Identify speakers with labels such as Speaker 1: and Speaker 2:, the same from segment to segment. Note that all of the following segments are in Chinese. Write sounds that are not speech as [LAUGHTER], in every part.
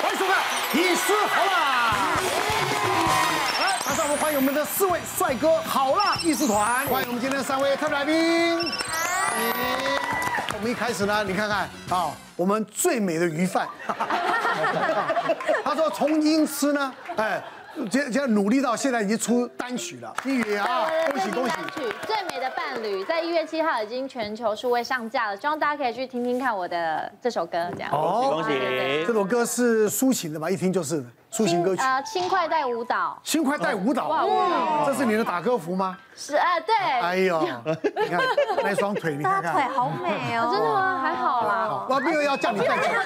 Speaker 1: 欢迎收看《你是好啦》。来，马上我们欢迎我们的四位帅哥好辣艺术团，欢迎我们今天的三位特别来宾。欢迎。我们一开始呢，你看看啊，我们最美的鱼 [LAUGHS] 饭。他说从今吃呢，哎，现现在努力到现在已经出单曲了，一语啊，恭喜恭喜！
Speaker 2: 曲《最美的伴侣》在一月七号已经全球数位上架了，希望大家可以去听听看我的这首歌，这样。
Speaker 1: 哦，
Speaker 3: 恭喜
Speaker 1: 这！首歌是抒情的嘛，一听就是抒情歌曲。
Speaker 2: 呃，轻快带舞蹈
Speaker 1: 轻快带舞蹈，这是你的打歌服吗？
Speaker 2: 是啊，对，
Speaker 1: 哎呦，你看那双啊腿，你看
Speaker 4: 大腿
Speaker 1: 看。
Speaker 4: 好美哦，
Speaker 2: 真的吗？还好啦。
Speaker 1: 我没有要叫你站起来。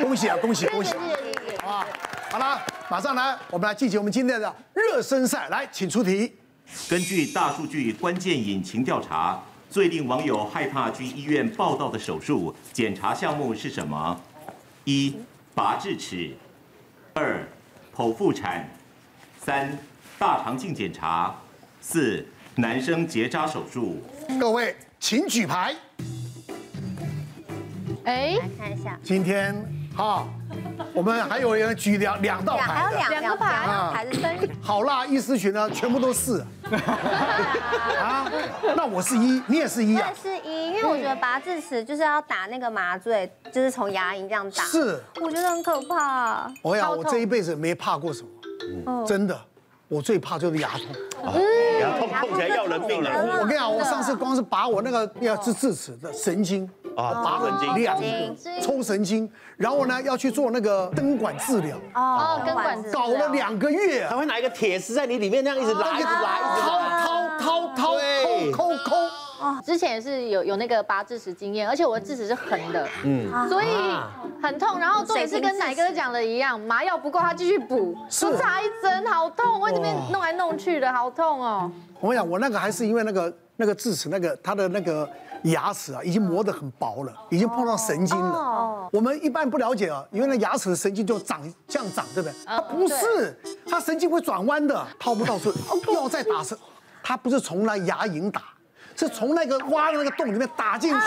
Speaker 1: [LAUGHS] 恭喜啊，恭喜，恭喜！
Speaker 2: 谢谢谢谢。
Speaker 1: 好吧，好了，马上来，我们来进行我们今天的热身赛。来，请出题。
Speaker 3: 根据大数据关键引擎调查，最令网友害怕去医院报道的手术检查项目是什么？一、拔智齿；二、剖腹产；三、大肠镜检查；四、男生结扎手术。
Speaker 1: 各位，请举牌。
Speaker 2: 哎，
Speaker 4: 来看一下，
Speaker 1: 今天哈，我们还有人举两两道
Speaker 4: 两还
Speaker 1: 牌
Speaker 4: 有
Speaker 1: 的。
Speaker 4: 两
Speaker 2: 两个
Speaker 4: 两
Speaker 2: 牌
Speaker 4: 两张牌子分
Speaker 1: 好辣医师群呢，全部都是。啊，那我是一，你也是一啊
Speaker 4: 二。是一，因为我觉得拔智齿就是要打那个麻醉，就是从牙龈这样打，
Speaker 1: 是
Speaker 4: 我觉得很可怕。
Speaker 1: 我呀，
Speaker 2: 超
Speaker 1: 我
Speaker 2: 痛
Speaker 1: 这一辈子没怕过什么，真的，我最怕就是牙痛。
Speaker 3: 牙哎痛痛起来要人命
Speaker 4: 牙痛
Speaker 3: 了
Speaker 1: 我跟你讲，我上次光是拔我那个要是智齿的神经，
Speaker 3: 啊！拔神经，
Speaker 1: 两
Speaker 4: 神
Speaker 1: 个抽神经，然后呢要去做那个灯管治疗，
Speaker 2: 哦，根管治疗
Speaker 1: 搞了两个月啊
Speaker 5: 他，会拿一个铁丝在你里面那样一直拉，一直拉，一直
Speaker 1: 掏
Speaker 5: 拉。
Speaker 1: 掏掏掏抠
Speaker 5: 对
Speaker 1: 抠抠，
Speaker 2: 之前也是有有那个拔智齿经验，而且我的智齿是横的，嗯，所以
Speaker 1: 啊
Speaker 2: 很痛。然后重点是跟奶哥讲的一样，麻药不够，他继续补，
Speaker 1: 是
Speaker 2: 就插一针，好痛，我这边弄来弄去的，好痛哦。
Speaker 1: 我跟你讲，我那个还是因为那个那个智齿那个它的那个牙齿啊，已经磨得很薄了，已经碰到神经了。我们一般不了解啊，因为那牙齿的神经就长这样长，对不对？它不是，它神经会转弯的，掏不到出，哦，要再打是，它不是从那牙龈打，是从那个挖的那个洞里面打进去。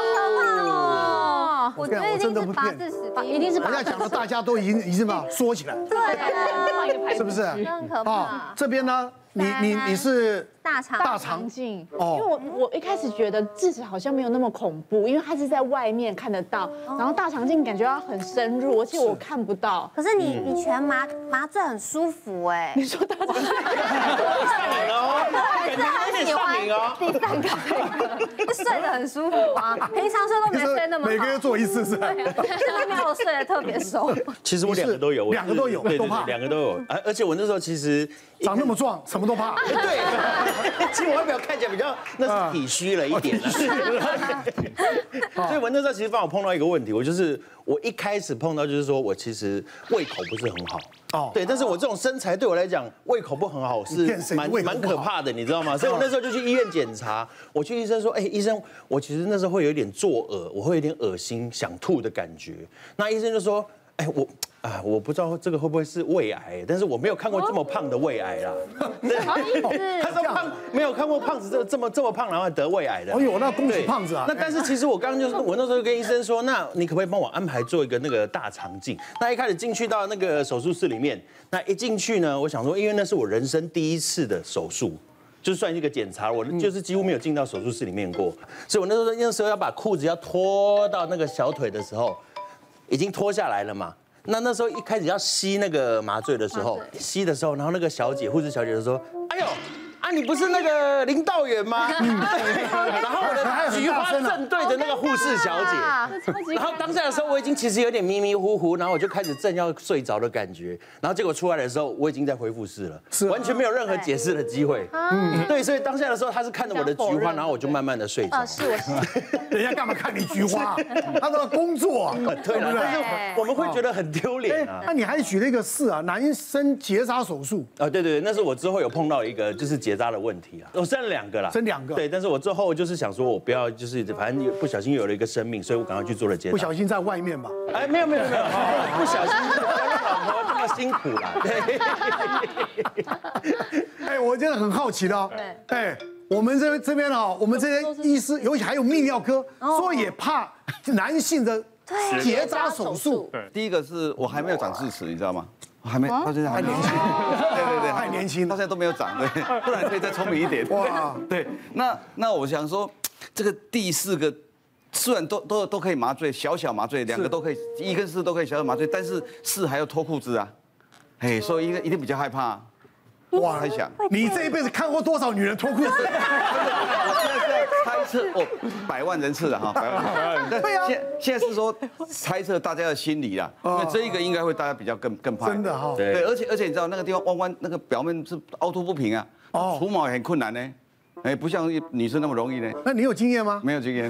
Speaker 2: 哦，
Speaker 4: 我
Speaker 1: 跟
Speaker 4: 觉
Speaker 1: 你讲
Speaker 4: 得一
Speaker 1: 我真的不
Speaker 4: 定是拔
Speaker 1: 骗你
Speaker 4: 智齿第一，
Speaker 2: 一定是拔
Speaker 1: 人家讲的，大家都已经已经什么缩起来，
Speaker 2: 对，
Speaker 1: 是不是？
Speaker 4: 真的很可
Speaker 1: 哦
Speaker 4: 怕，。
Speaker 1: 这边呢，你你你是
Speaker 4: 大肠
Speaker 1: 大
Speaker 6: [LAUGHS]
Speaker 1: 肠
Speaker 7: 镜
Speaker 1: 哦
Speaker 7: 因为我我一开始觉得智齿好像没有那么恐怖，因为它是在外面看得到，然后大肠镜感觉要很深入，而且我看不到。
Speaker 4: 可是你你全麻麻醉很舒服啊哎， [LAUGHS]
Speaker 7: 你说大肠镜，
Speaker 5: 上瘾哦，感觉
Speaker 4: 啊
Speaker 5: 有点上瘾哦。
Speaker 4: 第三个， [LAUGHS] 睡得很舒服啊，平常睡都没睡那么
Speaker 1: 每个
Speaker 4: [LAUGHS]
Speaker 1: 月
Speaker 4: 好，
Speaker 1: 做一次是吧？
Speaker 4: 真的没有睡得特别熟。
Speaker 8: 其实我两个都有，我
Speaker 1: 两个都有
Speaker 8: 对
Speaker 1: 都
Speaker 8: 对
Speaker 1: 怕
Speaker 8: 对，两个都
Speaker 5: [LAUGHS]
Speaker 8: 有。而而且我那时候其实
Speaker 1: 长那么壮，什么都怕。
Speaker 8: [LAUGHS]
Speaker 5: 对，其实我外表看起来比较，那是体虚了一点了。
Speaker 8: [LAUGHS] 所以我那时候其实帮我碰到一个问题，我就是我一开始碰到就是说我其实胃口不是很好。
Speaker 1: 哦
Speaker 8: 哦，对，但是我这种身材对我来讲，胃口不很好
Speaker 1: 你
Speaker 8: 是
Speaker 1: 骗谁
Speaker 8: 蛮
Speaker 1: 胃口
Speaker 8: 蛮
Speaker 1: 不好
Speaker 8: 可怕的，你知道吗？所以我那时候就去医院检查，我去医生说，哎，医生，我其实那时候会有一点作呕，我会有点恶心、想吐的感觉。那医生就说，哎，我啊，我不知道这个会不会是胃癌，但是我没有看过这么胖的胃癌啦。 [LAUGHS] 他说胖没有看过胖子这这么这么胖，然后还得胃癌的。
Speaker 1: 哎呦那恭喜
Speaker 8: 对
Speaker 1: 胖子啊
Speaker 8: 那但是其实我刚刚就是我那时候就跟医生说，那你可不可以帮我安排做一个那个大肠镜？那一开始进去到那个手术室里面，那一进去呢，我想说，因为那是我人生第一次的手术。就算一个检查，我就是几乎没有进到手术室里面过，所以我那时候那时候要把裤子要脱到那个小腿的时候，已经脱下来了嘛。那那时候一开始要吸那个麻醉的时候，吸的时候，然后那个小姐护士小姐就说：“哎呦，啊你不是那个林道远吗？”然后我的菊花正 [LAUGHS] 对着那个护士小姐，然后当下的时候我已经其实有点迷迷糊糊，然后我就开始正要睡着的感觉，然后结果出来的时候我已经在恢复室了，
Speaker 1: 是啊
Speaker 8: 完全没有任何解释的机会。嗯，对，所以当下的时候他是看着我的菊花，然后我就慢慢的睡着
Speaker 2: 啊，。是我是。
Speaker 1: 人家干嘛看你菊花、他说工作、啊，
Speaker 8: 对了，但是
Speaker 4: 对
Speaker 8: 我们会觉得很丢脸啊
Speaker 1: 哎。那你还举了一个事啊，男生结扎手术，
Speaker 8: 啊，对对对，那是我之后有碰到一个就是结扎的问题啊，我生了两个啦，
Speaker 1: 生两个
Speaker 8: 对，但是我之后就是想说，我不要就是反正不小心有了一个生命，所以我赶快去做了结扎。
Speaker 1: 不小心在外面吧。
Speaker 8: [LAUGHS] 哎，没有没有没有，不小心，不要让老婆这么辛苦啦。 [LAUGHS] 对，
Speaker 1: 哎，我真的很好奇的、哦，哎，我们这这边啊，我们这些医师，尤其还有泌尿科，说也怕男性的结扎手术，
Speaker 9: 第一个是我还没有长智齿，你知道吗？我还没，到现在啊还年轻，对对对，还年轻，到现在都没有长，对， [LAUGHS] 不然可以再聪明一点。哇，对，那那我想说，这个第四个虽然都都都可以麻醉，小小麻醉，两个都可以，一跟四都可以小小麻醉，但是四还要脱裤子啊，哎，所以一个一定比较害怕、哇，还想，
Speaker 1: 你这一辈子看过多少女人脱裤子？
Speaker 9: 我现在是要猜测哦，百万人次了 [LAUGHS] 哈，百万人次。对啊，哦现现在是说猜测大家的心理啦，因为这一个应该会大家比较更更怕。
Speaker 1: 真的哈
Speaker 9: 对，而且而且你知道那个地方弯弯那个表面是凹凸不平啊，
Speaker 1: 哦
Speaker 9: 除毛也很困难呢，哎，不像女生那么容易呢。
Speaker 1: 那你有经验吗？
Speaker 9: 没有经验，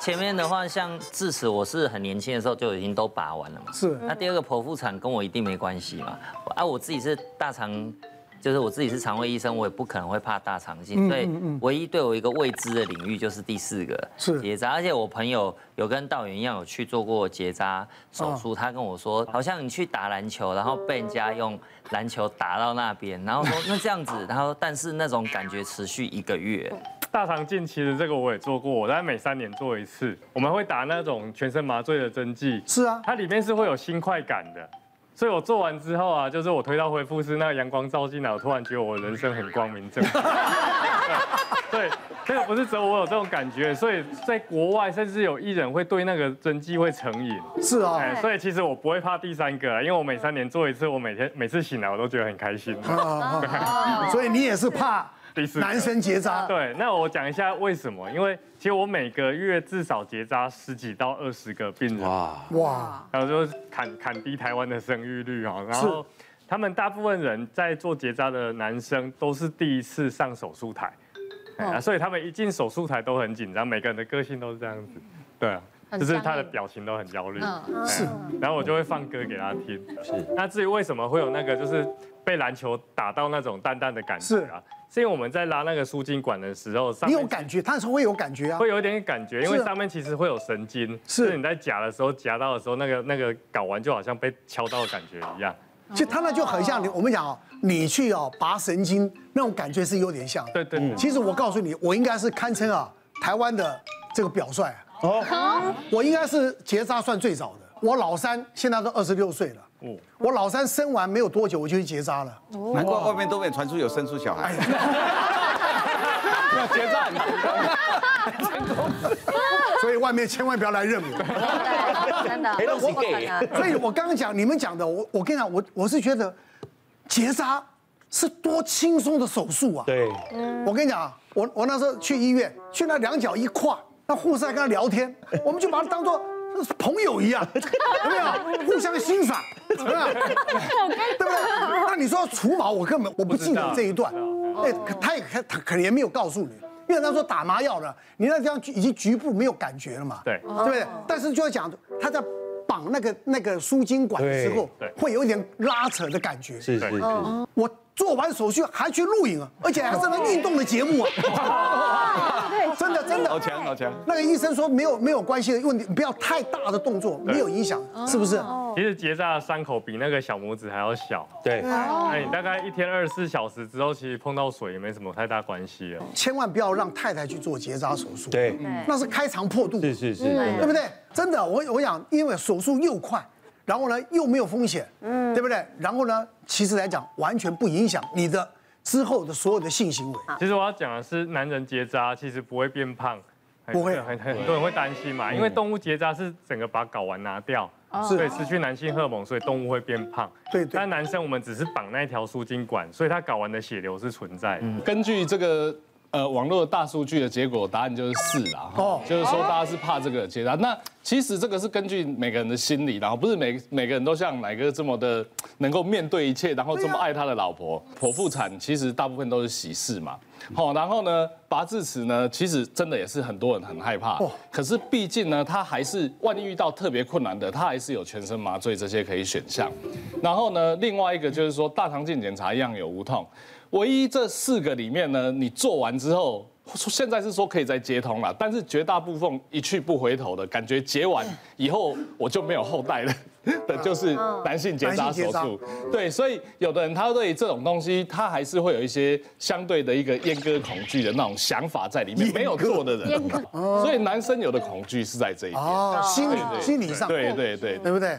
Speaker 10: 前面的话，像智齿，我是很年轻的时候就已经都拔完了嘛。
Speaker 1: 是
Speaker 10: 那第二个剖腹产跟我一定没关系嘛。啊，我自己是大肠，就是我自己是肠胃医生，我也不可能会怕大肠
Speaker 1: 嗯
Speaker 10: 镜，所以唯一对我一个未知的领域就是第四个
Speaker 1: 是
Speaker 10: 结扎。而且我朋友有跟道远一样有去做过结扎手
Speaker 1: 哦
Speaker 10: 术，他跟我说，好像你去打篮球，然后被人家用篮球打到那边，然后
Speaker 1: [LAUGHS]
Speaker 10: 说那这样子，然后但是那种感觉持续一个月。
Speaker 6: 大肠镜其实这个我也做过，我大概每三年做一次。我们会打那种全身麻醉的针剂，
Speaker 1: 是啊
Speaker 6: 它里面是会有新快感的。所以我做完之后啊，就是我推到恢复室，那个阳光照进来，我突然觉得我人生很光明正大。对，这个不是只有我有这种感觉，所以在国外甚至有艺人会对那个针剂会成瘾。
Speaker 1: 是啊，
Speaker 6: 哎，所以其实我不会怕第三个啊，因为我每三年做一次，我每天每次醒来我都觉得很开心。
Speaker 1: [LAUGHS] 所以你也是怕
Speaker 6: 第四个
Speaker 1: 男生结扎，
Speaker 6: 对，那我讲一下为什么？因为其实我每个月至少结扎十几到二十个病人，
Speaker 1: 哇，
Speaker 6: 然后就是砍砍低台湾的生育率啊。然后他们大部分人在做结扎的男生都是第一次上手术台，哎
Speaker 2: 哦
Speaker 6: 啊所以他们一进手术台都很紧张，每个人的个性都是这样子，对啊。
Speaker 2: 很
Speaker 6: 就是
Speaker 2: 僵
Speaker 6: 他的
Speaker 2: 硬
Speaker 6: 表情都很焦虑，
Speaker 2: 嗯
Speaker 6: 是，然后我就会放歌给他听。是，那至于为什么会有那个就是被篮球打到那种淡淡的感觉啊，是因为我们在拉那个输精管的时候，上
Speaker 1: 你
Speaker 6: 面
Speaker 1: 有感觉，他是会有感觉啊，
Speaker 6: 会有一点感觉，因为
Speaker 1: 是啊
Speaker 6: 上面其实会有神经，
Speaker 1: 是
Speaker 6: 你在夹的时候夹到的时候，那个那个睾丸就好像被敲到的感觉一样。
Speaker 1: 其实他那就很像你，我们讲哦，你去哦拔神经那种感觉是有点像。
Speaker 6: 对对对
Speaker 1: 其实我告诉你，我应该是堪称啊台湾的这个表率啊。哦，我应该是结扎算最早的。我老三现在都二十六岁了。
Speaker 6: 哦
Speaker 1: 我老三生完没有多久，我就去结扎了。
Speaker 9: [LAUGHS] 难怪外面都没有传出有生出小孩。
Speaker 1: 所以外面千万不要来认我。
Speaker 4: 对，真的，
Speaker 5: 哎都是
Speaker 4: 不可
Speaker 5: gay
Speaker 4: 能
Speaker 1: 所以我刚刚讲你们讲的，我我跟你讲，我我是觉得结扎是多轻松的手术啊。
Speaker 8: 对，
Speaker 1: 我跟你讲啊，我我那时候去医院，去那两脚一跨，那护士还跟他聊天，我们就把他当做朋友一样，有没有？互相欣赏，有没有？对不对？那你说除毛，我根本我不记得这一段，哎，可他也可他可能也没有告诉你。因为他说打麻药了，你那地方已经局部没有感觉了嘛，
Speaker 6: 对
Speaker 1: 对不对？但是就要讲他在绑那个那个输精管的时候
Speaker 6: 对，对
Speaker 1: 会有一点拉扯的感觉，
Speaker 8: 是是是，
Speaker 1: 我做完手续还去录影啊，而且还上了运动的节目啊，真的真
Speaker 9: 好
Speaker 1: 的。
Speaker 9: 强好强，
Speaker 1: 那个医生说没有没有关系的，问题不要太大的动作，没有影响，是不是？
Speaker 6: 其实结扎的伤口比那个小拇指还要小，
Speaker 8: 对，
Speaker 1: 哦
Speaker 6: 那你大概一天二十四小时之后，其实碰到水也没什么太大关系了。
Speaker 1: 千万不要让太太去做结扎手术，
Speaker 8: 对，
Speaker 1: 那是开肠破肚，
Speaker 8: 是是是，真
Speaker 1: 对
Speaker 8: 的
Speaker 1: 不对？真的，我我想，因为手术又快，然后呢又没有风险，嗯，对不对？然后呢，其实来讲完全不影响你的之后的所有的性行为。
Speaker 6: 其实我要讲的是，男人结扎其实不会变胖，哎
Speaker 1: 不会嗯
Speaker 6: 很很很多人会担心嘛，因为动物结扎是整个把睾丸拿掉，所以失去男性荷尔蒙，所以动物会变胖。
Speaker 1: 对对
Speaker 6: 但男生我们只是绑那一条输精管，所以他睾丸的血流是存在的。
Speaker 3: 嗯
Speaker 11: 根据这个呃网络大数据的结果，答案就是是啦。
Speaker 1: 哦
Speaker 11: 哦，就是说大家是怕这个解答。那其实这个是根据每个人的心理，然后不是每每个人都像奶哥这么的能够面对一切，然后这么爱他的老婆。剖腹产其实大部分都是喜事嘛。好，然后呢，拔智齿呢，其实真的也是很多人很害怕。可是毕竟呢，他还是万一遇到特别困难的，他还是有全身麻醉这些可以选项。然后呢，另外一个就是说大肠镜检查一样有无痛。唯一这四个里面呢，你做完之后，
Speaker 3: 现在是说可以再接通了，但是绝大部分一去不回头的感觉，结完以后我就没有后代了的，就是男性结扎
Speaker 12: 男性
Speaker 3: 手
Speaker 12: 结扎
Speaker 3: 术。对，所以有的人他对这种东西，他还是会有一些相对的一个阉割恐惧的那种想法在里面，没有做的人
Speaker 1: 阉割，
Speaker 3: 所以男生有的恐惧是在这一边
Speaker 1: 哦，心理
Speaker 3: 对对
Speaker 1: 心理上，
Speaker 3: 对对对
Speaker 1: 对不对？